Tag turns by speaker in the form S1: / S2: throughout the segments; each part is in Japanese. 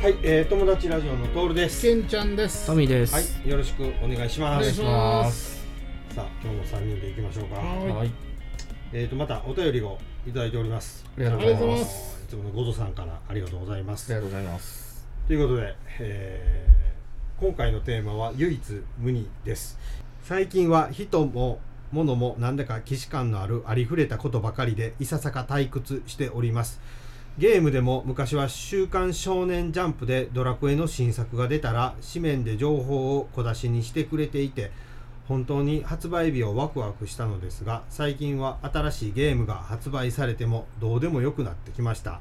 S1: はい、えー、友達ラジオのトールです。
S2: けんちゃんです
S3: ト
S2: お
S3: ミーです。
S1: はい、よろしくお願いしま
S2: 願い
S1: す。
S2: し
S1: さ
S2: ます
S1: あ、今日も三人で行きましょうか。
S2: は。
S3: はい。
S1: えっ、と、またお便りをいただいております。
S3: ありがとうございます
S1: いつものごぞさんからありがとうございま
S3: あり
S1: す。
S3: がとうございます。
S1: ということで、えー今回のテーマは唯一無二です。最近は人も物もなんだか既視感のあるありふれたことばかりでいささか退屈しております。ゲームでも昔は「週刊少年ジャンプ」でドラクエの新作が出たら紙面で情報を小出しにしてくれていて本当に発売日をワクワクしたのですが最近は新しいゲームが発売されてもどうでもよくなってきました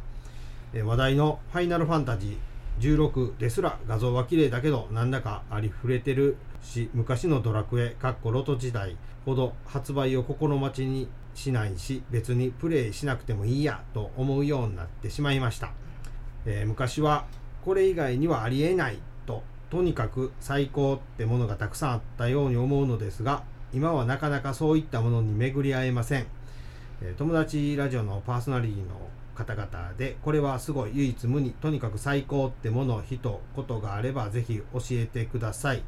S1: えー話題の「ファイナルファンタジー16」ですら画像は綺麗だけどなんだかありふれてるし昔の「ドラクエ」かっこロト時代ほど発売を心待ちにしないし別にプレイしなくてもいいやと思うようになってしまいました、えー昔はこれ以外にはありえないととにかく最高ってものがたくさんあったように思うのですが今はなかなかそういったものに巡り合えませんえー友達ラジオのパーソナリティの方々でこれはすごい唯一無二とにかく最高ってもの人ことがあればぜひ教えてください、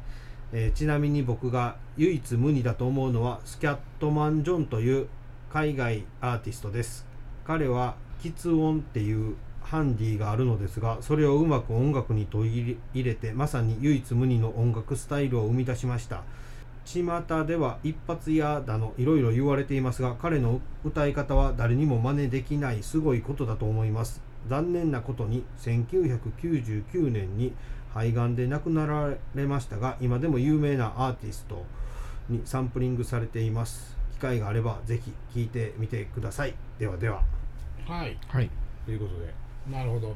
S1: えーちなみに僕が唯一無二だと思うのはスキャットマン・ジョンという海外アーティストです彼は喫音っていうハンディがあるのですがそれをうまく音楽に取り入れてまさに唯一無二の音楽スタイルを生み出しました巷では一発屋だのいろいろ言われていますが彼の歌い方は誰にも真似できないすごいことだと思います残念なことに1999年に肺がんで亡くなられましたが今でも有名なアーティストにサンプリングされています機会があればぜひ聴いてみてくださいではでは
S2: はい
S3: はい。
S1: ということで
S2: なるほど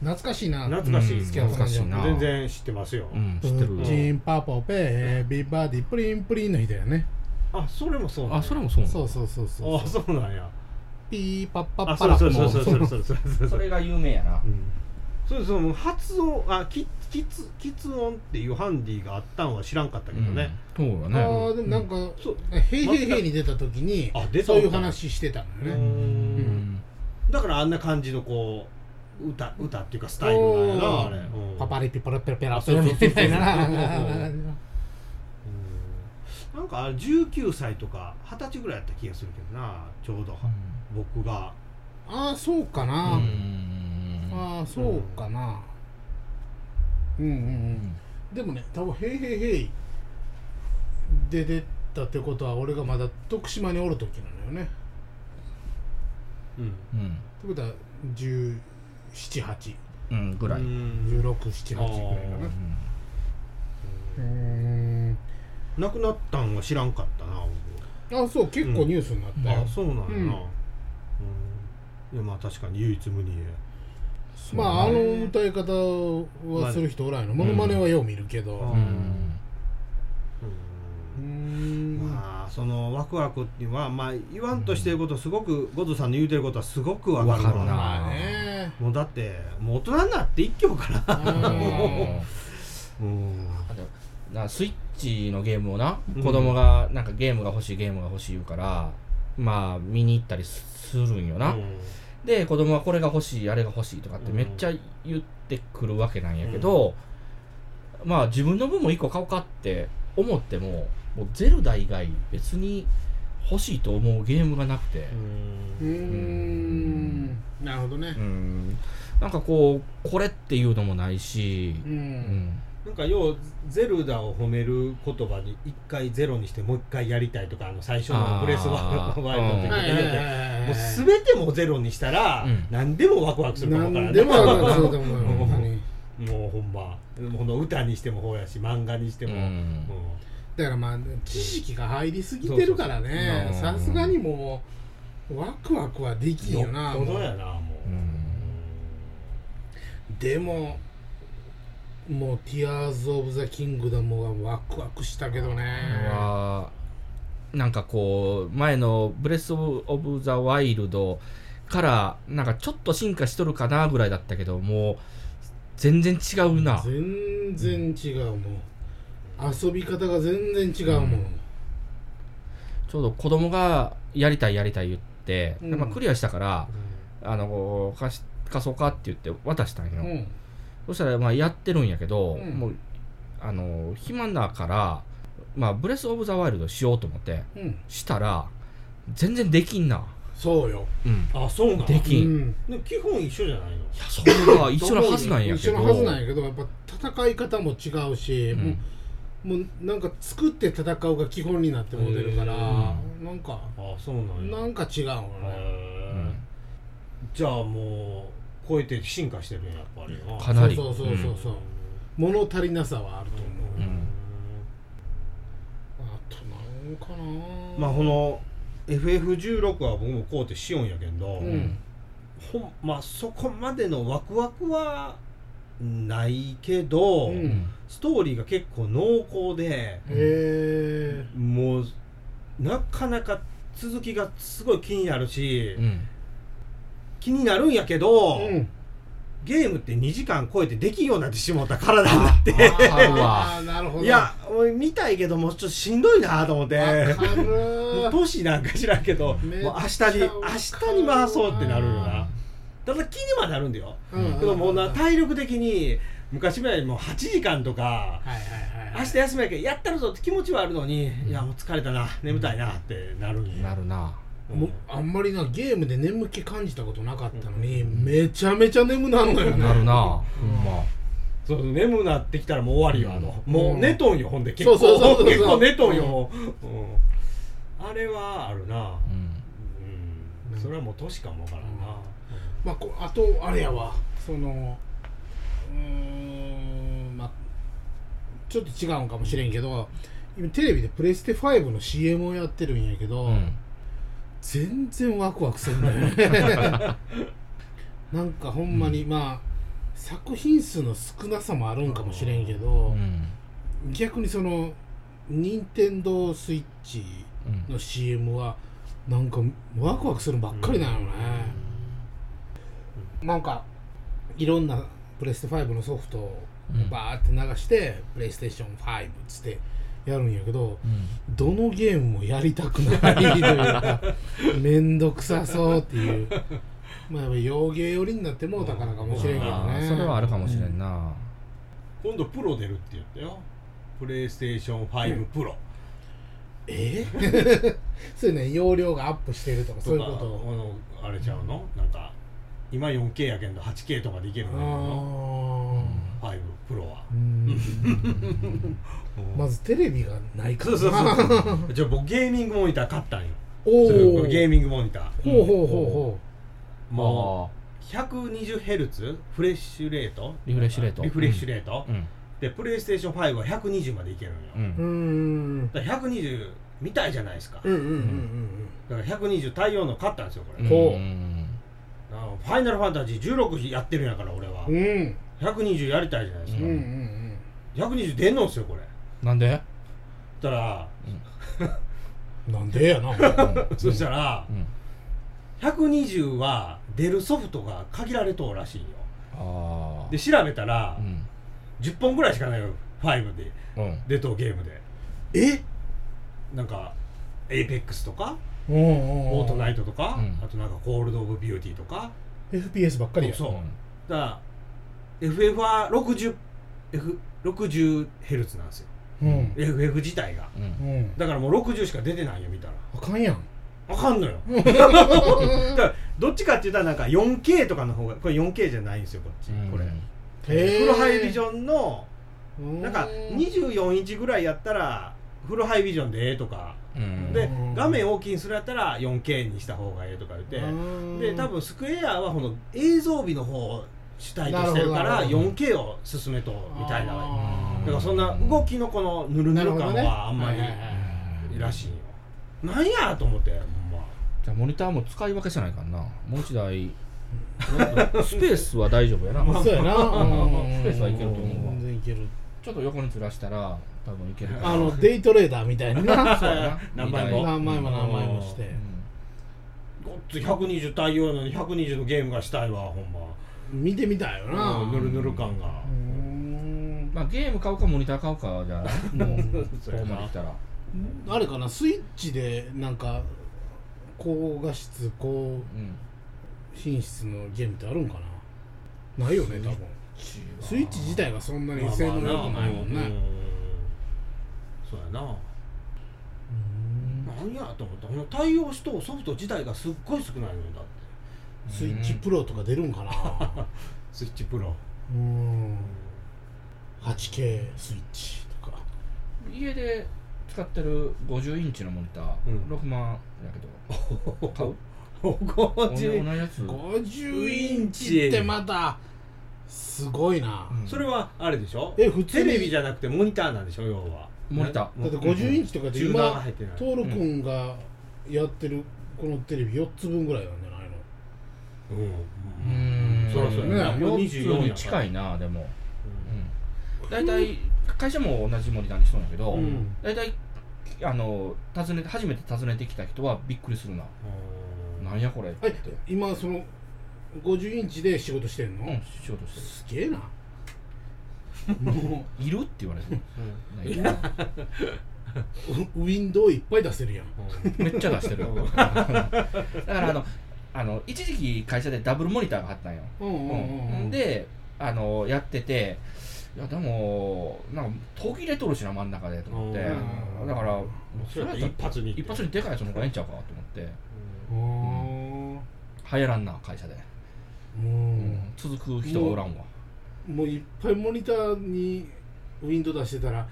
S2: 懐かしいな
S1: 懐かしい
S3: うん
S2: 好きな
S3: 懐かしいな。
S1: 全。然知ってますよ、
S3: うん、知
S2: 知
S3: っ
S2: ってて
S3: る
S2: る。ジーンパーポーペービーバーディプリンプリンの日だよね
S1: あそれもそうなんや
S3: あ、それもそうな
S2: そ
S3: の
S2: うそうそうそう
S1: あそうなんや
S2: ピーパッパ
S1: あ
S2: ッ
S1: そ
S2: パ
S1: れ
S2: ラ
S1: そ
S2: ポ
S1: れそれ
S2: ー
S1: それそれそれそれそれ
S3: それが有名やな。
S1: そうそうもう発音あききつきつ音っていうハンディがあったんは知らんかったけどね、。
S3: そうだ
S2: あ
S3: ね。
S2: ーでもなんか
S1: そう
S2: 「へいへいへい」に出た時に
S1: あ出たんだ
S2: そういう話してたの
S1: う
S2: よ
S1: ん
S2: ね
S3: うん。
S1: だからあんな感じのこう歌歌っていうかスタイルなんやな
S2: おー
S1: あれ、うん
S2: パパリピパラペラペラ
S1: あ
S2: ペ
S1: そう
S2: ラ
S1: そうそうそう
S2: みたいな
S1: うんなんかあれ19歳とか20歳ぐらいやった気がするけどなちょうど、僕が
S2: ああそうか
S3: う
S2: な、
S3: ん。
S2: ああそうかなうんうんうんでもね多分「へいへいへい」で出たってことは俺がまだ徳島におる時なのよね
S1: うん
S3: うん。
S2: ってことは17181617
S3: うん、ぐらい。
S1: う
S3: うん
S1: ん
S2: ぐらいかな
S1: あ
S2: うーん
S1: 亡くなったんは知らんかったな
S2: あそう結構ニュースになったよ
S1: 僕あ、そうなんやな、
S2: うん
S1: うんいやまあ確かに唯一無二や
S2: まああ
S3: そう
S2: の歌い方はする人おらんのモノマネはよう見るけど
S1: う
S3: う
S1: のう
S3: ん。
S1: ん
S2: うーん
S1: まあそのワクワクっていうのはまあ言わんとしてることすごくゴズさんの言うてることはすごくわかるわ
S3: わかるな
S2: まあね
S1: もうだってもう大人になって一挙から
S2: あー
S1: うん
S3: あとなスイッチのゲームをな
S1: うん
S3: 子供がなんかゲームが欲しいゲームが欲しい言うから、まあ見に行ったりするんよな、で子供はこれが欲しいあれが欲しいとかってめっちゃ言ってくるわけなんやけど、まあ自分の分も1個買おうかって思ってももうゼルダ以外別に欲しいと思うゲームがなくて、
S2: うーんなるほどね
S3: うんなんかこうこれっていうのもないし、
S2: う
S3: うん
S2: ん
S1: なんかようゼルダを褒める言葉に一回ゼロにしてもう一回やりたいとかあの最初の
S3: あー
S1: ブレスワールドワイルドって
S3: うん
S2: はいはいはいはい
S1: もう全てもゼロにしたら
S3: うん
S1: 何でもワクワクするかもわから
S2: なんん
S1: ね
S2: でもわかるそうでもないほんまに
S1: もうほんまこの歌にしてもほうやし漫画にしても、
S3: う
S1: うん
S3: ん
S2: だからまあ知識が入りすぎてるからね
S3: そうそうそう
S2: さすがにもうワクワクはできんよな
S1: よっぽどやなもう、
S3: うん
S2: でももう「Tears of the Kingdom」はワクワクしたけどね
S3: はなんかこう前の「ブレス・オブ・ザ・ワイルド」からなんかちょっと進化しとるかなぐらいだったけどもう全然違うな
S2: 全然違うもん遊び方が全然違うもん
S3: ちょうど子供がやりたいやりたい言って、
S2: うん
S3: でまあ、クリアしたから
S1: う
S3: あのこう貸し貸そうかって言って渡したんよ、
S2: うん
S3: そしたらまあやってるんやけど、
S2: うん
S3: もうあの暇だから、まあ、ブレス・オブ・ザ・ワイルドしようと思って
S2: うん
S3: したら全然できんな、
S2: そうよ
S3: うん、
S1: あそうなの
S3: できん、
S2: うん
S1: でも基本一緒じゃないの
S3: いやそれは一緒のはずなんやけ
S2: 一緒
S3: ど
S2: のはずなんやけどやっぱ戦い方も違うし、
S3: うん
S2: もうもうなんか作って戦うが基本になってもうてるから、
S3: う
S2: なんか
S1: あそうなんや
S2: なんか違うよね、
S1: へ
S3: う
S1: ー
S3: ん
S1: じゃあもう超えて進化してるんややっぱりな
S3: かなり
S2: そうそうそうそう、物足りなさはあると思う、
S1: うん
S3: うん
S2: あとなんかな
S1: まあこの FF16 は僕もこうてしよんやけど、
S2: うん
S1: ほんまあそこまでのワクワクはないけど、
S2: うん
S3: うん
S1: ストーリーが結構濃厚で
S2: へえ
S1: もうなかなか続きがすごい気になるし、
S3: うん
S1: 気になるんやけど、
S2: うん
S1: ゲームって2時間超えてできんようになってしもうた体になって
S3: あるわ
S2: あーなるほど
S1: いや俺見たいけどもうちょっとしんどいなと思っ
S2: わ
S1: て
S2: かる
S1: もう 年なんか知らんけどもう
S2: めっ
S1: 明
S2: ち
S1: 日
S2: ゃ
S1: に明日に回そうってなるよなただ気にはなるんだよ
S2: う
S1: け
S2: ん
S1: どもうな
S2: はい
S1: 体力的に昔ぐらいもう8時間とか
S2: はいはいはい
S1: 明日休みやけどやったるぞって気持ちはあるのに、
S3: ん
S1: いやもう疲れたな眠たいなってなるんや
S3: なるな
S1: うん
S2: もうあんまりなゲームで眠気感じたことなかったのに、めちゃめちゃ眠なのよね
S3: なるなほ
S2: うん
S3: んま
S1: そう眠なってきたらもう終わりよあの、
S2: うん
S1: もう寝とんよほんで結構
S2: そうそうそうそう
S1: 結構寝とんよ、うんあれはあるな、う
S3: うん
S1: ん
S2: うん
S1: それはもう年かもわからんな、
S2: まあ、こあとあれやわそのうーんまあちょっと違うんかもしれんけど今テレビでプレステ5の CM をやってるんやけど、
S3: うん
S2: 全然ワクワクせん のよねなんかほんまに、まあ作品数の少なさもあるんかもしれんけど、
S3: うん
S2: 逆にその任天堂スイッチ
S3: うん
S2: の CM はなんかワクワクするばっかりなのね、なんかいろんなプレステ5のソフトを
S3: うん
S2: バーって流して、プレイステーション5っつってやるんやけど
S3: うん
S2: どのゲームもやりたくないという かめんどくさそうっていうまあやっぱ洋芸寄りになってもうたからかもしれんけど
S3: あ
S2: ね
S3: ーそれはあるかもしれんな
S1: 今度プロ出るって言ったよプレイステーション5プロ
S2: え そういうね容量がアップしてるとか
S1: とか、
S2: そういうこと
S1: あのあれちゃうのなんか今 4K やけんど 8K とかでいけるんだけどな5プロは
S2: あーうんまずテレビがないか
S1: そう
S2: ら
S1: そう
S2: な
S1: そう じゃあ僕ゲーミングモニター買ったんよ
S2: お
S1: それこれゲー
S2: ー
S1: ミングモニター
S2: ほうほうほうほ
S1: もう 120Hz フレッシュレート
S3: リフレッシュレート
S1: リフレッシュレート、
S3: うん
S1: でプレイステーション5は120までいけるのよ、
S3: うん
S2: ううーん
S1: だから120みたいじゃないですか、
S2: うんうんうんうん
S1: だから120対応の買ったんですよこれ、
S3: うん
S2: ほう
S1: あのファイナルファンタジー16やってるんやから俺は
S2: うんうん
S1: 120やりたいじゃないです
S2: うん
S1: か、
S2: うんうん
S1: 120出んのんすよこれ
S3: なんで
S1: たら、
S2: なんでやなお前
S1: そしたら
S3: う、ん
S1: 120は出るソフトが限られとうらしいんよ
S3: ああ
S1: で調べたら、
S3: うん
S1: 10本ぐらいしかないよ5で
S3: うん
S1: 出とうゲームで
S2: え
S1: なんかエイペックスとか
S2: うんうん
S1: オートナ
S2: イ
S1: イトとか、
S3: うん
S1: あとなんかコールド・オブ・ビューティーとか
S2: FPS ばっかりや
S1: そうだから FF は 60F60Hz なんですよ
S2: うん、
S1: FF 自体が
S3: うんうん
S2: うん、
S1: だからもう60しか出てないよ見たら
S2: あかんやん
S1: あかんのよだからどっちかって言ったらなんか 4K とかの方がこれ 4K じゃないんですよこっち、これフルハイビジ
S2: ョ
S1: ョンの
S2: ン
S1: なんか24インチぐらいやったらフルハイビジョンでええとか
S3: うん
S1: で
S2: うん
S1: 画面大きいにするやったら 4K にした方がええとか言ってで多分スクエアはこの映像美の方を主体としてるか
S2: な
S1: ら
S2: るほど
S1: 4K を進めとみたいなだ
S2: あー
S1: からそんな動きのこのぬるぬ
S2: なる
S1: る
S2: ほど
S1: 感
S2: ね
S1: はあんまり
S2: はいはいはい
S1: らしいよなんやと思ってほんま
S3: じゃあモニターも使い分けせないかんなもう一台スペースは大丈夫やな
S2: そうやな
S3: スペースはいけると思うわ
S2: 全然いける
S3: ちょっと横にずらしたら多分いけるかな
S2: あのデイトレーダーみたいにな
S3: そうやな
S1: 何倍も
S2: 何枚も何枚もして
S1: ごっつい120対応なのに120のゲームがしたいわほんま
S2: 見てみたいよな
S1: うんぬるぬる感が
S2: うーん
S3: まあゲーム買うかモニター買うかじゃあもうそこまで来たら
S2: あれかなスイッチでなんか高画質高
S3: うん
S2: 品質のゲームってあるんかなないよね多分
S1: チは
S2: スイッチ自体がそんなに性
S1: まあ
S2: 能
S1: まあ
S2: 良くないもん
S1: う
S2: ね
S1: そうやななんやと思ったこの対応しとうソフト自体がすっごい少ないのよだって
S2: スイッチプロとか出るん かな
S1: スイッチプロ
S2: うーん 8K スイッチとか
S3: 家で使ってる50インチのモニター、
S1: うん
S3: 6万やけど買う同じ
S1: 50
S3: やつ
S2: 50インチってまたすごいな、
S3: うん
S1: それはあれでしょ
S2: え普通
S1: テ
S2: に
S1: レビじゃなくてモニターなんでしょ要は
S3: モニター
S1: な
S2: だって50インチとかで
S1: チ
S2: 今
S1: ューナーが入ってない
S2: トール君がやってるこのテレビ4つ分ぐらいなんじゃないの
S1: うん
S3: うん
S1: そりゃそうやな
S2: ね
S1: もう
S3: 4つ
S1: 24やから
S3: に近いなでも、
S1: うん
S3: うん、大体会社も同じモニターにしとんだけど、
S1: うん
S3: 大体あの訪ねて初めて訪ねてきた人はびっくりするななんやこれって
S2: え今その50インチで仕事してんの、
S3: うん仕事して
S2: すげえな も
S3: るいるって言われて
S1: う
S3: ないるな
S2: うウウィンドウいっぱい出せるやん
S1: ん
S3: めっちゃ出してる
S1: うん
S3: だからあのあの一時期会社でダブルモニターがあったんよ
S2: うんうんうんうん
S3: であのやってていやでもなんか途切れとるしな真ん中でと思って
S2: うん
S3: だから
S1: それやったら
S3: やっ
S1: 一
S3: たら
S1: 発に
S3: 一発にでかいやつの方がええんちゃうかと思って
S2: あー
S3: 流行らんな会社で、
S2: うん
S3: 続く人がおらんわ
S2: もういっぱいモニターにウィンドウ出してたら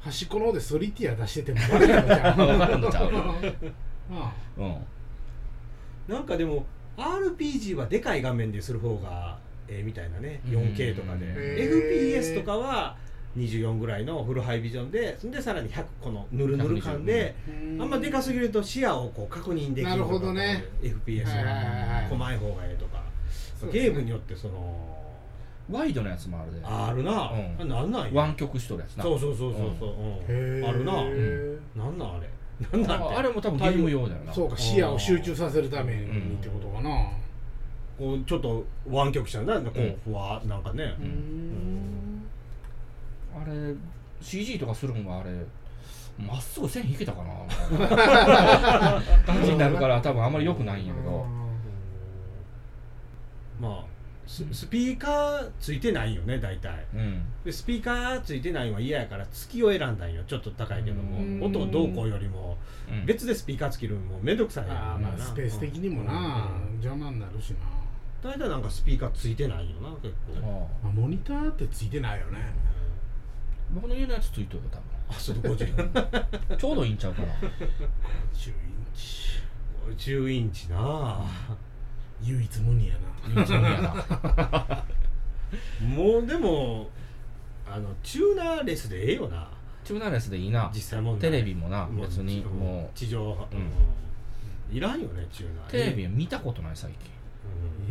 S2: 端っこの方でソリティア出しててもバレるの じゃん
S3: わかるのちゃう
S2: あ
S3: うん
S1: なんかでも RPG はでかい画面でする方がええみたいなね
S3: うん
S1: 4K とかで
S2: へー
S1: FPS とかは24ぐらいのフルハイビジョンでそんでさらに100このぬるぬる感で
S2: あ
S1: あんまでかすぎると視野をこう確認できるとか
S2: なるほどね
S1: FPS
S2: はいはいはいはい
S1: 細い方がええとか
S2: そうですね
S1: ゲームによってその
S3: ワイドのやつもあるで
S1: あるな、
S3: うん
S1: あなんなん
S3: 湾
S1: や
S3: 曲しとるやつな
S1: そうそうそうそうそう、うんあるな
S2: へー
S1: なんなんあれなんなん
S3: あ
S1: て
S3: あれも多分ゲーム用だよな
S2: そうか視野を集中させるためにってことかな
S1: こうちょっと湾曲したんだこ
S3: うん
S1: うふわなんかね
S2: う、ん
S3: あれ CG とかするんはあれまっすぐ線引けたかなみたい な感じになるから多分あんまり良くないんやけど
S1: まあススピーカーついてないよね大体
S3: うん
S1: でスピーカーついてないのは嫌やから月を選んだんよちょっと高いけど
S3: う
S1: も
S2: ん
S1: 音どうこうよりも
S3: うん
S1: 別でスピーカーつけるのもめんどくさいやん
S2: あーまあスペース的にもな
S1: うん
S2: 邪魔になるしな
S1: 大体なんかスピーカーついてないよな結
S3: あ
S1: 構
S3: あ
S2: まあモニターってついてないよね
S3: 僕の家のやつついとるよ多
S1: あそれ50
S3: 分ちょうどいいんちゃうかな
S2: 10インチ
S1: 50インチなあ
S2: 唯一無二や
S3: 唯一無二やな
S1: もうでもあのチューナーレスでええよな
S3: チューナーレスでいいな
S1: 実際問題
S3: テレビもな別にもう
S1: 地上波、
S3: うん
S1: うんいらんよねチューナー
S3: テレビ見たことない最近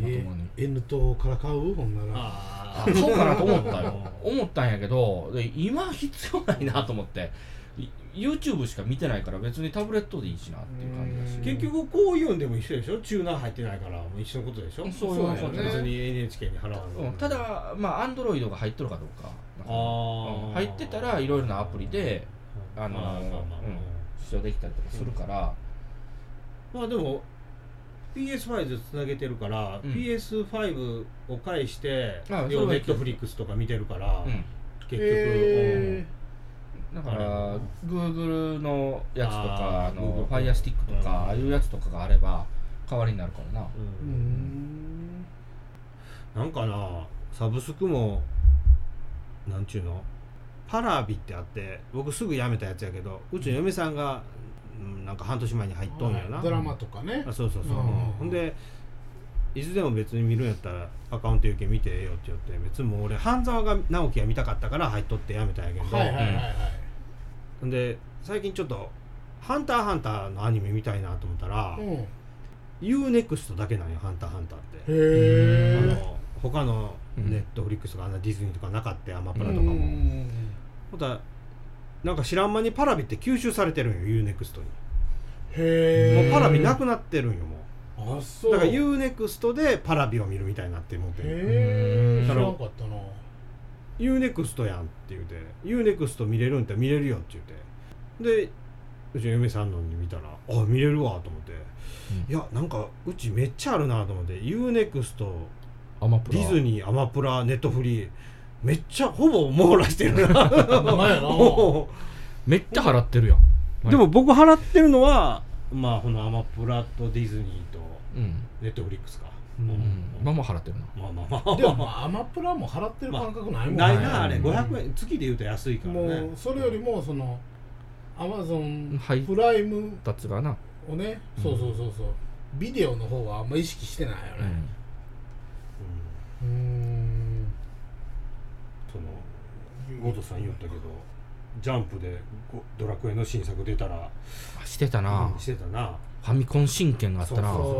S1: うん
S2: な え
S3: まともに
S2: N 等から買うほんなら
S1: あ
S3: あ
S1: ー
S3: そうかなと思ったよ思ったんやけどで今必要ないなと思ってい YouTube しか見てないから別にタブレットでいいしなっていう感じだし
S1: 結局こういうんでも一緒でしょチューナー入ってないからもう一緒のことでしょ
S3: そう
S2: そうだ
S3: そ
S2: よ
S3: う
S2: ね
S1: 別に NHK に払わん
S3: うんただまあアンドロイドが入っとるかどうかだから
S1: あー
S3: うん入ってたらいろいろなアプリであの
S1: まあまあまあ
S3: うん視聴できたりとかするから、
S1: まあでも PS5 でつなげてるから、
S3: うん
S1: PS5 を介して
S3: あそれ
S1: 要
S3: は
S1: ネ
S3: いい
S1: ットフリックスとか見てるから、
S3: うん
S1: 結局、
S2: え
S3: だか
S1: あ
S3: ら
S1: れ
S3: Google のやつとかあ
S1: あー Google
S3: の Fire Stick とか、
S1: うん
S3: ああいうやつとかがあれば代わりになるからな、
S1: うん
S2: ーうーん
S1: なんかなサブスクもなんちゅうのパラビってあって僕すぐ辞めたやつやけどうちの嫁さんが、うん、なんか半年前に入っとんやな、
S2: ドラマとかね
S1: あそうそうそう、
S2: うん
S1: ほんでいつでも別に見るんやったらアカウント有形見てええよって言って別にもう俺半沢が直樹が見たかったから入っとってやめたんやけど、
S2: はいはいはいはい
S1: ほんで最近ちょっと「ハンターハンター」のアニメ見たいなと思ったら
S2: うん
S1: UNEXT だけなんよ「ハンターハンター」って。あ
S2: へえ
S1: の他の
S3: うん
S1: ネットフリックスとかあんなディズニーとかなかったアマプ
S3: プ
S1: ラ
S3: ラ
S1: とかも、ほんたらなんか知らん間にパラビって吸収されてるんよ UNEXT に
S2: へ
S1: も
S2: え
S1: うパラビなくなってるんよも
S2: あそうう
S1: だから UNEXT でパラビを見るみたいになってもうて
S2: へえ知
S1: だ
S2: ら
S1: から
S2: んかったな
S1: UNEXT やんって言うて UNEXT 見れるんやったら見れるよって言うてでうちの嫁さんのに見たらあ見れるわと思って、
S3: うん
S1: いやなんかうちめっちゃあるなと思って UNEXT
S3: アマプ
S1: デ
S3: ラ
S1: ィズニーアマプラネットフリーめっちゃほぼ網羅してるな
S2: ほん まやな
S3: めっちゃ払ってるやん
S1: でも僕払ってるのはまあこのアマプラとディズニーと
S3: うん、
S1: ネットフリックスか、
S2: う
S1: うん
S3: うん、まあまあ払ってるな
S1: まあまあまあ
S2: でも、まあ、アマプラも払ってる感覚ないもんね、
S1: ないなあれ
S3: うん
S1: 500円月で言うと安いからね
S2: もうそれよりもそのアマゾン
S3: はい
S2: プライム
S3: 二つがな、
S2: をね、
S3: うん
S2: そうそうそうそうビデオの方はあんま意識してないよ
S3: う
S2: ね
S3: ん
S1: うん
S2: うーん
S1: そのゴトさん言ったけどジャンプでゴドラクエの新作出たら
S3: あしてたな、
S1: うんしてたな
S3: ファミコン神剣があったな
S1: そうそう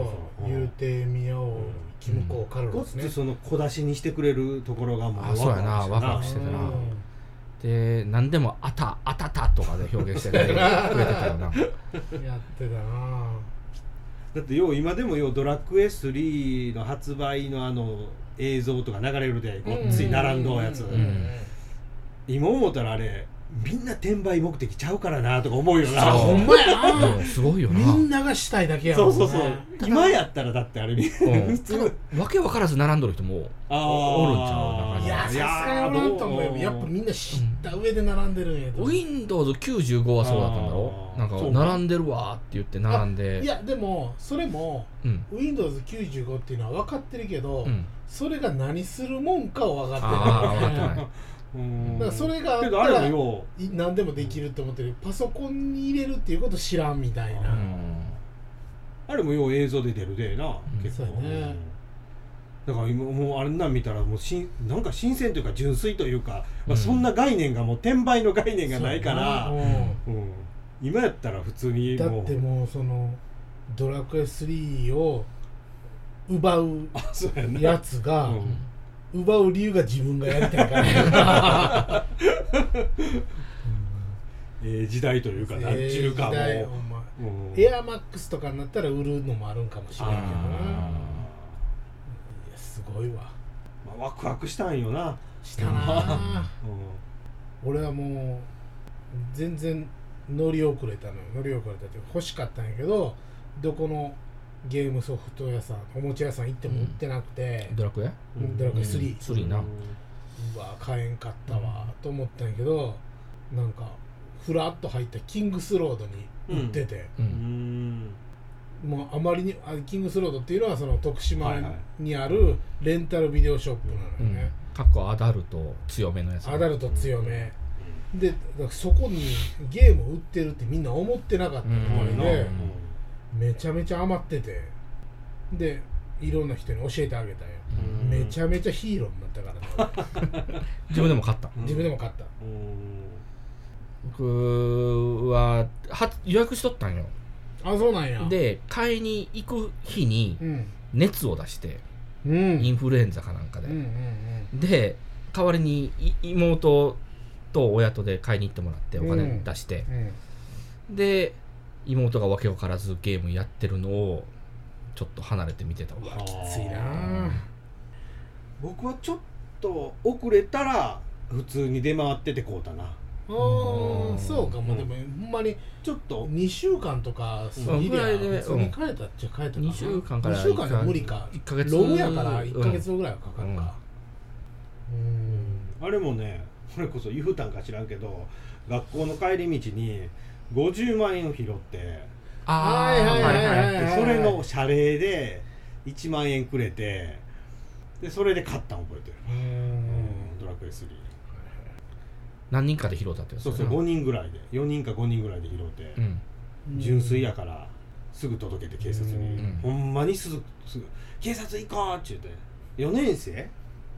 S2: そう言うてみようキムコカル
S1: ご
S2: ロ
S1: っ
S2: ス
S1: つ
S2: ね
S1: その小出しにしてくれるところがもう
S3: あそうやな
S1: ワク
S3: ワクワ
S1: ワ
S3: ク
S1: ク
S3: し
S1: してて
S3: た
S1: た
S3: な
S1: な
S3: で何でも「あた」「あたた」とかで表現して くれてたよな
S2: うんやってたな
S1: だってよう今でもようドラクエ3の発売のあの映像とか流れるでごっつい並んどうやつ、
S2: うん
S1: 今思ったらあれみんな転売目的ちゃうからなとか思うよな
S3: そう
S2: ほんまやな
S3: うんすごいよ
S2: み
S3: なん
S2: ながしたいだけや
S1: そ
S2: もん
S1: う
S2: ね
S1: そうそう今やったらだってあれ見
S3: うんただわけわからず並んどる人も
S1: あー
S3: おるんちゃう
S2: いやさすがやなと思えばやっぱみんな知った上で並んでるんやと思う
S3: Windows95 はそうだったんだろ
S1: あー
S3: なんか
S1: そうか
S3: 並んでるわーって言って並んで
S2: いやでもそれも
S3: うん
S2: Windows95 っていうのは分かってるけど、
S3: うん
S2: それが何するもんかは分
S3: あ
S2: か
S3: あ
S2: っ
S3: 分
S2: て
S3: か
S2: る
S3: ってない
S1: うん
S2: だからそれがあった
S1: け
S2: ら
S1: どあれもよ
S2: い何でもできると思ってるパソコンに入れるっていうこと知らんみたいな、
S3: うん
S1: あれもよう映像で出るでな、
S3: うん
S1: 結構
S2: そうやね
S1: だから今もうあれなん見たらもうしんなんか新鮮というか純粋というか、ま
S3: うん
S1: あ、そんな概念がもう転売の概念がないから、
S2: そううんや
S1: 今やったら普通に
S2: なだ
S1: もう
S2: ってもうその「ドラクエ3」を奪う
S1: あそうやな
S2: やつが、
S1: うん
S2: 奪う理由が自分がやりたいからやな
S1: ええ時代というかなんちゅうかもう、
S2: ええ時代ほんま
S1: うん
S2: エアマックスとかになったら売るのもあるんかもしれんけどな
S3: あ
S2: いやすごいわ
S1: まあ、ワクワクしたんよな、
S2: したなあ
S1: う
S2: 俺はもう全然乗り遅れたのよ乗り遅れたっていうか欲しかったんやけどどこのゲームソフト屋さんおもちゃ屋さん行っても売ってなくて、
S3: ドラクエ
S1: ん
S2: ドラクエ3、
S3: スリーな
S2: うわ買えんかったわと思ったんやけどなんかふらっと入ったキングスロードに売ってて、
S1: う
S3: う
S1: んん
S2: もうあまりにあキングスロードっていうのはその徳島
S1: はいはい
S2: にあるレンタルビデオショップなのよね、
S3: うんかっこアダルト強めのやつ
S2: アダルト強め、でだからそこにゲーム売ってるってみんな思ってなかったみ
S1: うん
S2: たい
S1: うん
S2: で、めちゃめちゃ余っててでいろんな人に教えてあげたよ、
S1: うん
S2: めちゃめちゃヒーローになったからね、
S3: 自分でも買った
S1: うん
S2: 自分でも買った
S1: うん
S3: 僕はは予約しとったんよ
S2: あそうなんや
S3: で買いに行く日に
S2: うん
S3: 熱を出して
S2: うんうん
S3: インフルエンザかなんかで
S2: うんうん
S3: で代わりにい妹と親とで買いに行ってもらってお
S2: う
S3: 金
S2: ん
S3: 出して、
S2: うん
S3: で妹が訳分からずゲームやってるのをちょっと離れて見てたわ
S2: きついなあ
S1: 僕はちょっと遅れたら普通に出回っててこうだな
S2: あー
S3: うん
S2: そうかもうでもほんまに
S1: ちょっと
S2: 2週間とか過ぎ
S3: うんぐ
S2: りゃ
S3: らいで
S2: 別に帰ったっちゃ帰ったかな
S3: 2週間から
S2: 2週間じゃ無理か
S3: 1ヶ月
S2: ログやから1ヶ月ぐらいはかかるかうん
S1: あれもねそれこそ言うたんか知らんけど学校の帰り道に50万円を拾って
S3: あ
S2: はい
S3: ー
S2: はいはいはい
S1: でそれの謝礼で1万円くれてでそれで買ったん覚えてる、うんドラクエ3
S3: 何人かで拾ったってやつ
S1: そう
S3: や
S1: そう
S3: な
S1: 5人ぐらいで4人か5人ぐらいで拾って、
S3: うん
S1: 純粋やからすぐ届けて警察に、
S3: うん
S1: ほんまにすぐすぐ「警察行こう!」って言って4年生
S3: う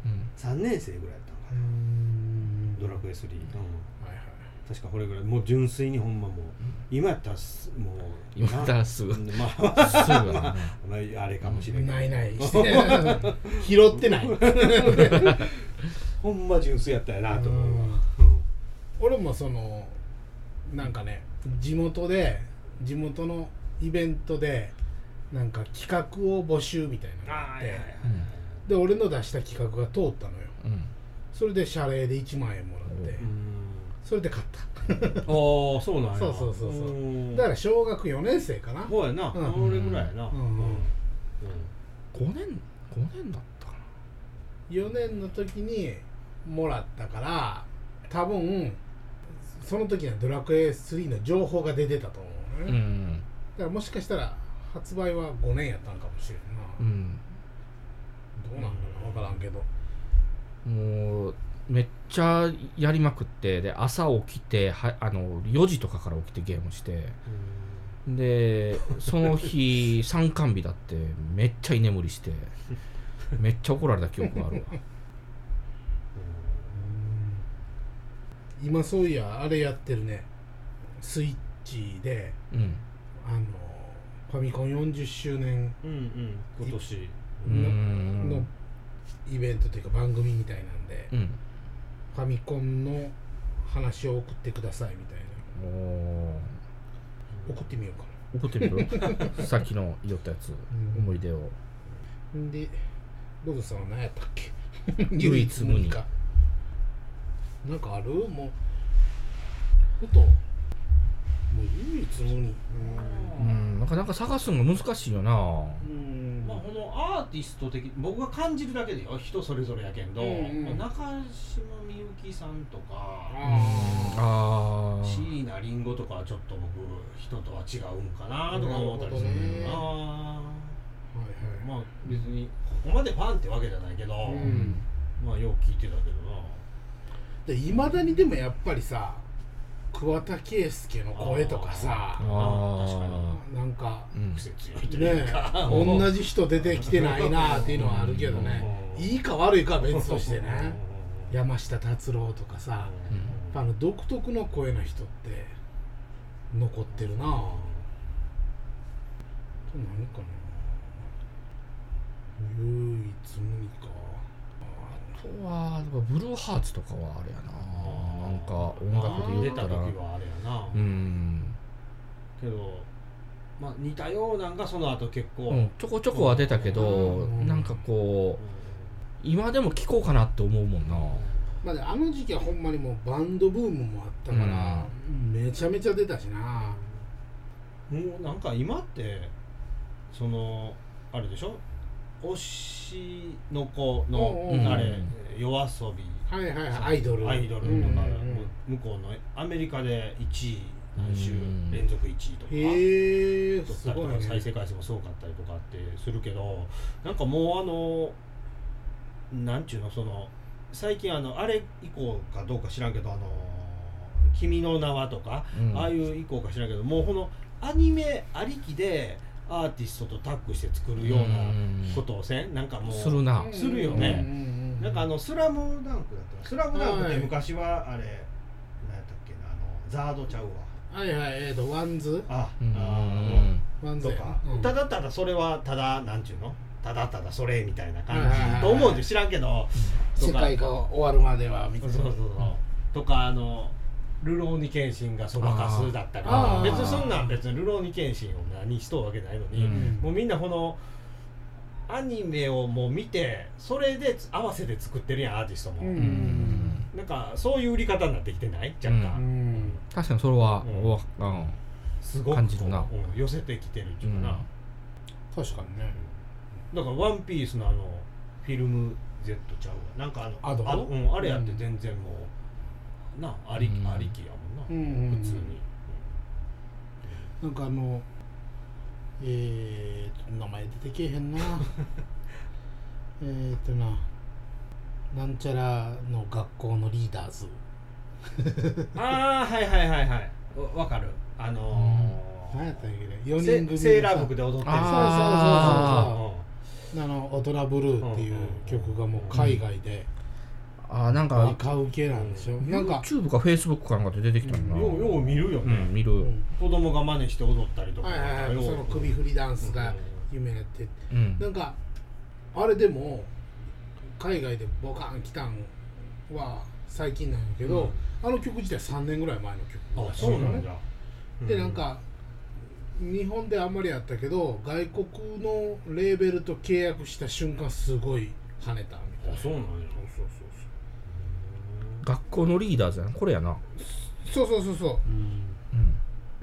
S3: ん
S1: 3年生ぐらいやったのか
S2: う
S1: な、
S2: ん
S1: ドラクエ3、うん、
S2: はいはい
S1: 確かこれぐらいもう純粋にほんまもう今やったらすもう
S3: 今やったらすぐ
S1: な
S3: す
S1: まあ、
S3: ぐだね
S1: まあ、あれかもしれんけど
S2: ない ないして拾ってない
S1: ほんま純粋やったやなと思うわ、
S2: 俺もそのなんかね地元で地元のイベントでなんか企画を募集みたいなのが
S1: あ
S2: あっ
S1: あい
S2: て
S1: やいやいや
S2: で俺の出した企画が通ったのよ
S3: うん
S2: それで謝礼で1万円もらって
S1: うん
S2: それで買った
S1: ああそうなんや
S2: そうそうそうそう
S1: うん
S2: だから小学4年生かな
S1: そうやな、
S2: うん
S1: 俺ぐらいやな、
S2: うん
S1: うん
S3: 5年5年だったかな
S2: 4年の時にもらったから多分その時にはドラクエ3の情報が出てたと思うのね、
S3: う
S2: だ
S3: ん
S2: からもしかしたら発売は5年やったんかもしれんな、
S3: うん
S2: どうなんかな分からんけど
S3: もうめっちゃやりまくってで朝起きてはあの4時とかから起きてゲームしてでそ の日参観日だってめっちゃ居眠りしてめっちゃ怒られた記憶があるわ
S2: 今そういやあれやってるねスイッチで
S3: うん
S2: あのファミコン40周年
S4: うんうん今年
S3: う
S2: の
S3: ん
S2: のイベントというか番組みたいなんで、
S3: うん
S2: ファミコンの話を送ってくださいみたいな
S3: おー
S2: 送ってみようかな
S3: 怒ってみるさっきの言ったやつ
S2: ん
S3: 思い出を
S2: んでロドさんは何やったっけ
S3: 唯一無二
S2: かなんかあるもうふともう唯一無二
S3: うんなかなか探すのが難しいよな
S2: うん
S1: まあ、このアーティスト的僕が感じるだけでよ人それぞれやけんど、
S2: うんうん
S1: まあ中島みゆきさんとか
S2: あ
S3: ああ
S1: 椎名林檎とかはちょっと僕人とは違うんかなとか思ったりするけど
S2: なる
S1: な
S2: ほあはいはい
S1: まあ別にここまでファンってわけじゃないけど、
S2: うん
S1: まあよく聞いてたけどな
S2: でいまだにでもやっぱりさ桑田佳祐の声とかさ
S3: あー
S1: 確かに
S2: なんか
S3: うん
S1: 癖強いという
S2: ね
S1: か、
S2: 同じ人出てきてないなっていうのはあるけどね
S1: うん
S2: いいか悪いかは別としてね山下達郎とかさやっぱあの独特の声の人って残ってるなあと何かな唯一無二か
S3: あとはでもブルーハーツとかはあれやななんか音楽で
S1: 出
S3: 言ったた
S1: 時
S3: ら
S1: はあれやな、
S3: うん、
S1: けどまあ似たようなんがその後結構、
S3: う
S1: うん
S3: ん、ちょこちょこは出たけど
S2: うん
S3: なんかこう今でも聴こうかなって思うもんな
S2: まあで、あの時期はほんまにもうバンドブームもあったから、めちゃめちゃ出たしな
S1: もうなんか今ってそのあれでしょ推しの子の、
S2: うんうん
S1: あれ、
S3: うん
S1: 夜遊び
S2: はいはいはいアイドル
S1: アイドルとか、
S2: うんうんうん
S1: 向こうのアメリカで1位何週
S3: うん
S1: 連続1位とか、
S2: へえ
S1: 撮っ
S2: す
S1: たり
S2: ご
S1: と
S2: い
S1: か
S2: ね
S1: 再生回数もすごかったりとかってするけどなんかもうあのなんちゅうのその最近あのあれ以降かどうか知らんけど「あの君の名は」とか、
S3: うん
S1: ああいう以降か知らんけどもうこのアニメありきでアーティストとタッグして作るようなことをせんなんかもう
S3: するな
S1: するよね
S2: うんうんうん
S1: なんかあの「スラムダンクだったら「スラムダンクっ
S2: は
S1: て
S2: い
S1: 昔はあれ何やったっけなあのザードちゃうわ
S2: はいはいえっ、とワンズ
S1: あ、
S3: うん
S1: あ
S3: う
S1: の
S3: ん
S2: ワンズ
S1: と
S2: や
S1: か、
S2: うん
S1: ただただそれはただなんちゅうのただただそれみたいな
S2: はい
S1: 感
S2: はいはい
S1: じと思うんで知らんけどと
S2: 世
S1: か
S2: 界が終わるまではみた
S1: そ
S2: いうな
S1: そうそうとかあのルローニケンシンがそばかすだったりと
S2: あ
S1: か
S2: ー
S1: 別にそんなん別にルローニケンシンを何しとるわけないのに、
S3: うん
S1: もうみんなこのアニメをもう見てそれで合わせて作ってるやんアーティストも、
S2: うん
S3: うん
S1: なんかそういう売り方になってきてない若
S2: う
S1: 干、
S2: ん
S3: 確かにそれは、
S1: うん
S3: わうん
S1: すごく
S3: 感じるな
S1: こううん寄せてきてるっていうかな、
S3: うん
S2: 確かにね
S1: だから「ワンピースのあのフィルム Z ちゃうわなんかあの
S2: アド
S1: あのうん、あれやって
S2: うん
S1: 全然もう、なあり,、
S3: うん
S1: ありきやもんな、
S2: うんうんうん
S1: 普通に、
S2: なんかあのえー、と名前出てけえ へんなえーっとななんちゃらの学校のリーダーズ
S1: ああはいはいはいはいわわかるあの
S2: 何や
S1: ー
S2: ったんやけど4
S1: せ
S2: 人組のさ
S1: セーラー服で踊ってる
S3: あ
S1: う
S2: あ
S1: ん
S2: あの「大人ブルー」っていう曲がもう海外で
S3: あーなんか
S2: 若受けなんでしょ、なんか、
S3: YouTube か Facebook かなんかで出てきたもんな
S1: ようよう見るよ
S3: う
S1: ね、
S3: ん見る
S2: う
S3: うん
S2: ん
S1: 子供が真似して踊ったりとか
S2: はいはいはいその首振りダンスが夢やって
S3: うん
S2: なんかあれでも海外でボカン来たんは最近なんやけど、あの曲自体3年ぐらい前の曲
S1: あ
S2: らしい
S1: そう
S2: の
S1: なん
S2: ね
S1: だ、
S2: でなんか日本であんまりやったけど外国のレーベルと契約した瞬間すごい跳ねたみたい
S1: あ
S2: な
S1: そうなんや
S2: そうそ
S3: 学校のリーダーズやなこれやな
S2: うそうそうそうそう
S1: うん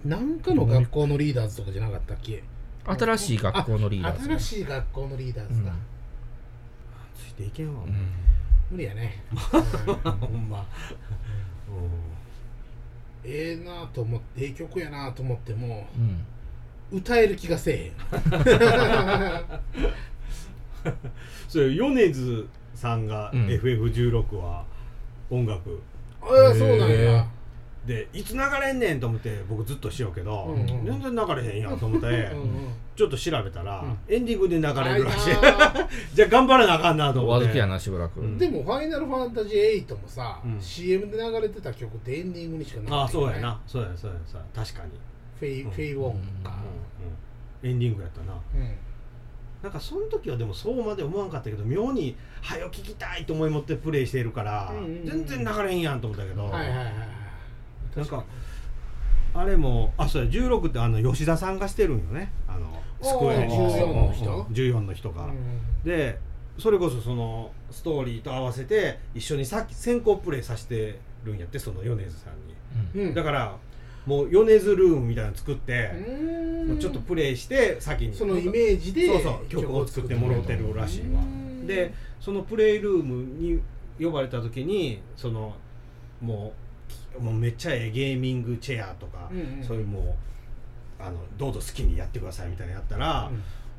S3: うん
S2: なんかの学校のリーダーズとかじゃなかったっけ
S3: 新しい学校のリーダーズ
S2: 新しい学校のリーダーズだ、
S3: うん
S1: ついていけんわ、
S3: うん
S2: 無理やね
S5: ほんま
S2: ええなと思ってええ曲やなと思っても
S3: うん
S2: 歌える気がせ え
S1: それ米津さんが
S3: うん
S1: FF16 は音楽
S2: へんああそうなんや
S1: でいつ流れんねんと思って僕ずっとしようけど、
S2: うんうん
S1: 全然流れへんやんと思って、
S2: うんうん
S1: ちょっと調べたら、
S2: うん
S1: エンディングで流れるらしい
S2: あ
S1: じゃあ頑張らなあかんなと
S3: お
S1: 思って
S3: 預けやなしばらく、
S1: うん
S2: ーでも「ファイナルファンタジー8」もさ、
S1: うん
S2: CM で流れてた曲ってエンディングにしかなって
S1: ああそうやなそうやそうやそうや確かに、
S2: フェイ,、
S1: うん
S2: フェイウォンか、
S1: うんうんエンディングやったな
S2: うん
S1: なんかその時はでもそうまで思わんかったけど妙に「はよ聞きたい」と思い持ってプレイしているから、
S2: うんうんう
S1: 全
S2: ん
S1: 然流れへんやんと思ったけど、
S2: はいはいはいはい
S1: なんかあれもあそうや16ってあの吉田さんがしてるんよねあのスクエアに
S2: おー14の人
S1: 14の人が、でそれこそそのストーリーと合わせて一緒にさっき先行プレイさせてるんやってその米津さんに、
S3: うん
S2: うん
S1: だからもう米津ルームみたいなの作って、
S2: う
S1: もうんちょっとプレイして先に
S2: そのイメージで
S1: そうそう曲を作ってもらってるらしいわ
S2: うん
S1: でそのプレイルームに呼ばれた時にそのもうもうめっちゃええゲーミングチェアとか、
S2: うんうん
S1: そういうもうあのどうぞ好きにやってくださいみたいなのやったら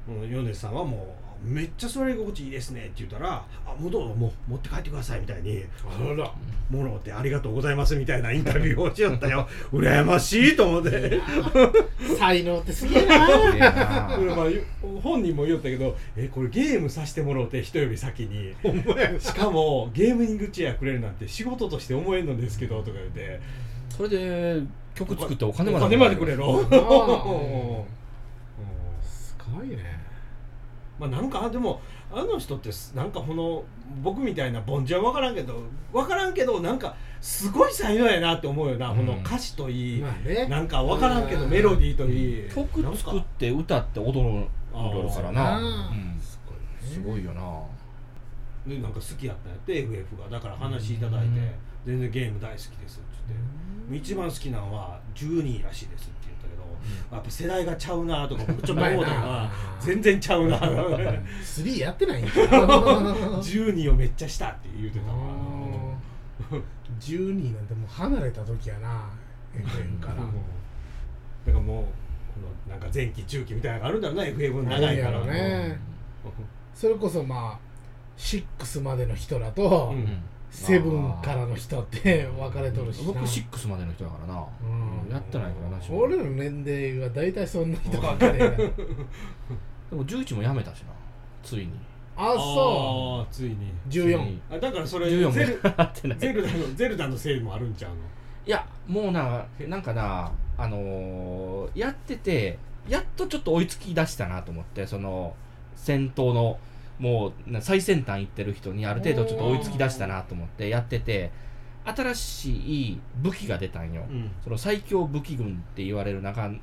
S2: う、ん
S1: うん、米津さんはもう「めっちゃそれ心地いいですね」って言ったら「あもうどうぞもう持って帰ってください」みたいに
S2: あら
S1: 「もろってありがとうございます」みたいなインタビューをしよった よ羨ましいと思って。
S2: 才能ってすげえな
S3: ええな
S1: これまあゆ本人も言ったけど「えこれゲームさせてもらおうて人より先にしかもゲーミングチェアくれるなんて仕事として思えんのですけど」とか言って
S3: それで曲作ってお
S1: 「
S3: 金
S1: お
S3: まで
S1: 金までくれろ」うん
S2: あすごいね
S1: まあなんかでもあの人ってすなんかこの僕みたいな凡人は分からんけど分からんけどなんかすごい才能やなって思うよな、
S3: うん
S1: この歌詞といい、
S2: まあね
S1: なんか分からんけどメロディーといい
S3: 曲作
S1: なん
S3: っ
S1: か
S3: て歌って踊る踊るからな
S2: あー
S3: うんすごいよな
S1: でなんか好きやったんやって FF がだから話いただいて、
S3: うん
S1: 全然ゲーム大好きですって言って、一番好きなんは12らしいですって言ったけど、やっぱ世代がちゃうなとか僕ちょっと思うたの
S2: まあ
S1: が
S2: な
S1: 全然ちゃう な
S2: 3やってないんや
S1: 12をめっちゃしたって言うてたわ
S2: 12なんてもう離れた時やな FM か
S1: うん
S2: ら
S1: だからもうこのなんか前期中期みたいなのがあるんだろうな FF の長いか
S2: あ
S1: ら
S2: るんや ろねそれこそまあ6までの人らと、
S1: うん
S2: セブンからの人って 分かれとるしな
S3: 僕6までの人だからな、
S2: うん
S3: やってないからな仕事
S2: 俺らの年齢は大体そんな人ばっかりや
S3: でも11もやめたしなついに
S2: あそ
S1: あーついに
S2: う14
S1: あだからそれ
S3: 14も
S1: ゼル
S3: やってない
S1: ゼルダのゼルダのせいもあるんちゃうの
S3: いやもうななんかなあのーやっててやっとちょっと追いつき出したなと思ってその戦闘のもうな最先端行ってる人にある程度ちょっと追いつき出したなと思ってやってて新しい武器が出たんよ、
S1: ん
S3: その最強武器軍って言われる中ん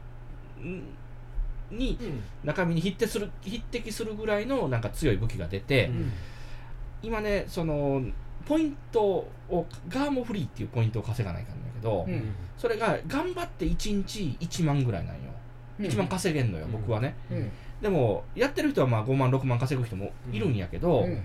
S3: に中身に匹敵する匹敵するぐらいのなんか強い武器が出て、
S1: うん
S3: 今ねそのポイントをガーモフリーっていうポイントを稼がないかんだけど、
S2: うん
S3: それが頑張って1日1万ぐらいなんよ、1万稼げんのよ
S1: うん
S3: 僕はね、
S2: うん
S3: でもやってる人はまあ5万6万稼ぐ人もいるんやけど、
S2: うん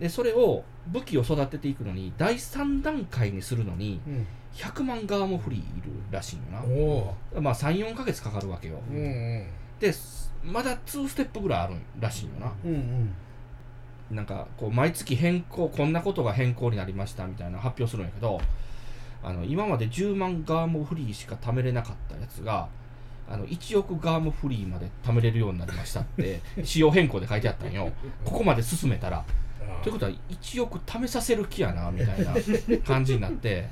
S3: でそれを武器を育てていくのに第3段階にするのに
S2: うん
S3: 100万ガーモフリーいるらしいのな、
S2: おお
S3: まあ34ヶ月かかるわけよ、
S2: ーうんうん
S3: ですまだ2ステップぐらいあるらしいよな、
S2: うんうん
S3: なんかこう毎月変更こんなことが変更になりましたみたいな発表するんやけどあの今まで10万ガーモフリーしか貯めれなかったやつがあの1億ガーモフリーまで貯めれるようになりましたって 仕様変更で書いてあったんよここまで進めたら
S2: あ
S3: ということは1億貯めさせる気やなみたいな感じになって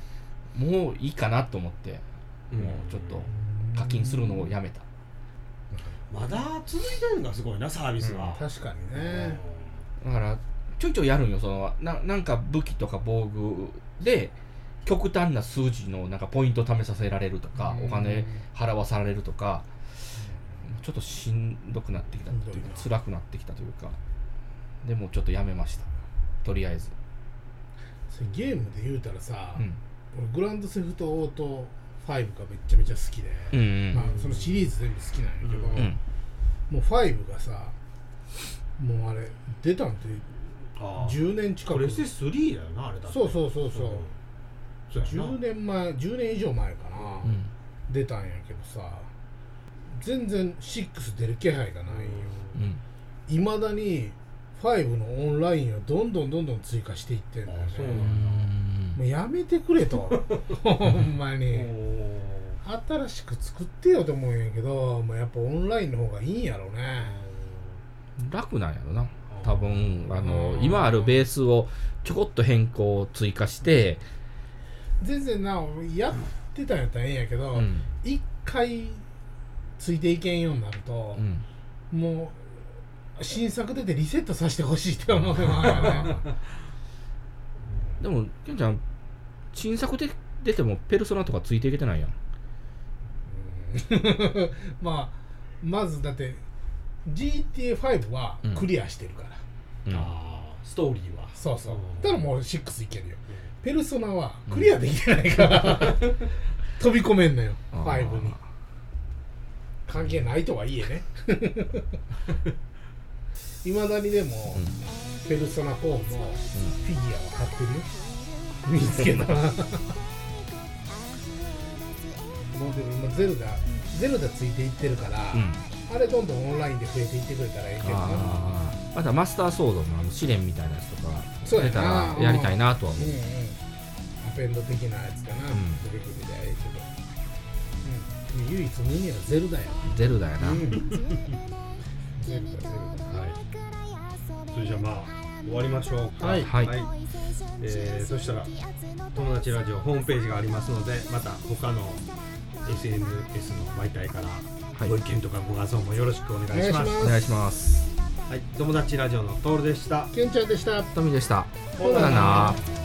S3: もういいかなと思って
S1: うん
S3: もうちょっと課金するのをやめた
S1: まだ続いてるのがすごいなサービスが、
S2: 確かに
S1: うん
S2: ね
S3: だからちょいちょいやるんよそのななんか武器とか防具で極端な数字のなんかポイント貯めさせられるとか
S2: うん
S3: お金払わされるとかちょっとしんどくなってきたと
S2: し
S3: い
S2: ん
S3: う
S2: どい
S3: か
S2: な
S3: 辛くなってきたというかでもうちょっとやめましたとりあえず、
S2: それゲームで言うたらさ、
S3: うん、
S2: 俺グランドセフトオート5がめっちゃめちゃ好きで、
S3: うんうん
S2: まあ、そのシリーズ全部好きなんやけど、
S3: うん
S2: もう5がさもうあれ出たんて
S5: あー
S2: 10年近
S5: プ
S2: く
S5: レステ3だよなあれだって
S2: そうそうそうそう、
S5: そうやな
S2: 10年前10年以上前かな、
S3: うん
S2: 出たんやけどさ全然6出る気配がないよ
S3: うん
S2: いまだに5のオンラインをどんどんどんどん追加していってんだよね
S5: あそう
S3: う
S5: なんん
S2: もうやめて くれとほんま
S5: うん
S2: に新しく作ってよと思うんやけど、まあ、やっぱオンラインの方がいいんやろね
S3: 楽なんやろな多分あの
S2: うん
S3: 今あるベースをちょこっと変更を追加して、
S2: 全然なやってたんやったらええんやけど、
S3: うん
S2: 一回ついていけんようになると
S3: う、ん
S2: もう新作出てリセットさせてほしいって思うのあるよね
S3: でもケンちゃん新作で出てもペルソナとかついていけてないやん
S2: まあまずだって GTA5 はクリアしてるから、
S3: うん
S5: あーストーリーは
S2: そうそう
S5: うん
S2: だからもう6いけるよペルソナはクリアできてないから、飛び込めんのよ
S3: あー
S2: 5に関係ないとはいえ ねいまだにでも、ペルソナ4のフィギュアは買ってるよ見つけた もうでも今ゼルダゼルダついていってるから、
S3: うん
S2: あれどんどんオンラインで増えていってくれたらいいけどな
S3: あーまたマスターソードのあの試練みたいなやつとか
S2: そうや
S3: 出
S2: な
S3: たらやりたいなとは
S2: う
S3: 思
S2: ん
S3: う
S2: うん、アペンド的なやつかな、
S3: うん
S2: 出てくるみたいやけど、うん、唯一無二はゼルダや
S3: ゼルダやな、
S2: ゼルダゼルダ
S1: はいそれじゃあまあ終わりましょうか
S2: はい
S3: はい
S1: えーそしたら友達ラジオホームページがありますのでまた他の SNS の媒体から
S3: はい
S1: ご意見とかご感想もよろしくお願いします,、
S2: お願いし
S3: お願いします
S1: はい、友達ラジオのトールでした
S2: ケンちゃんでした
S3: トミーでした
S1: ほ
S3: ほ
S1: な
S3: な
S1: な
S3: な
S6: 「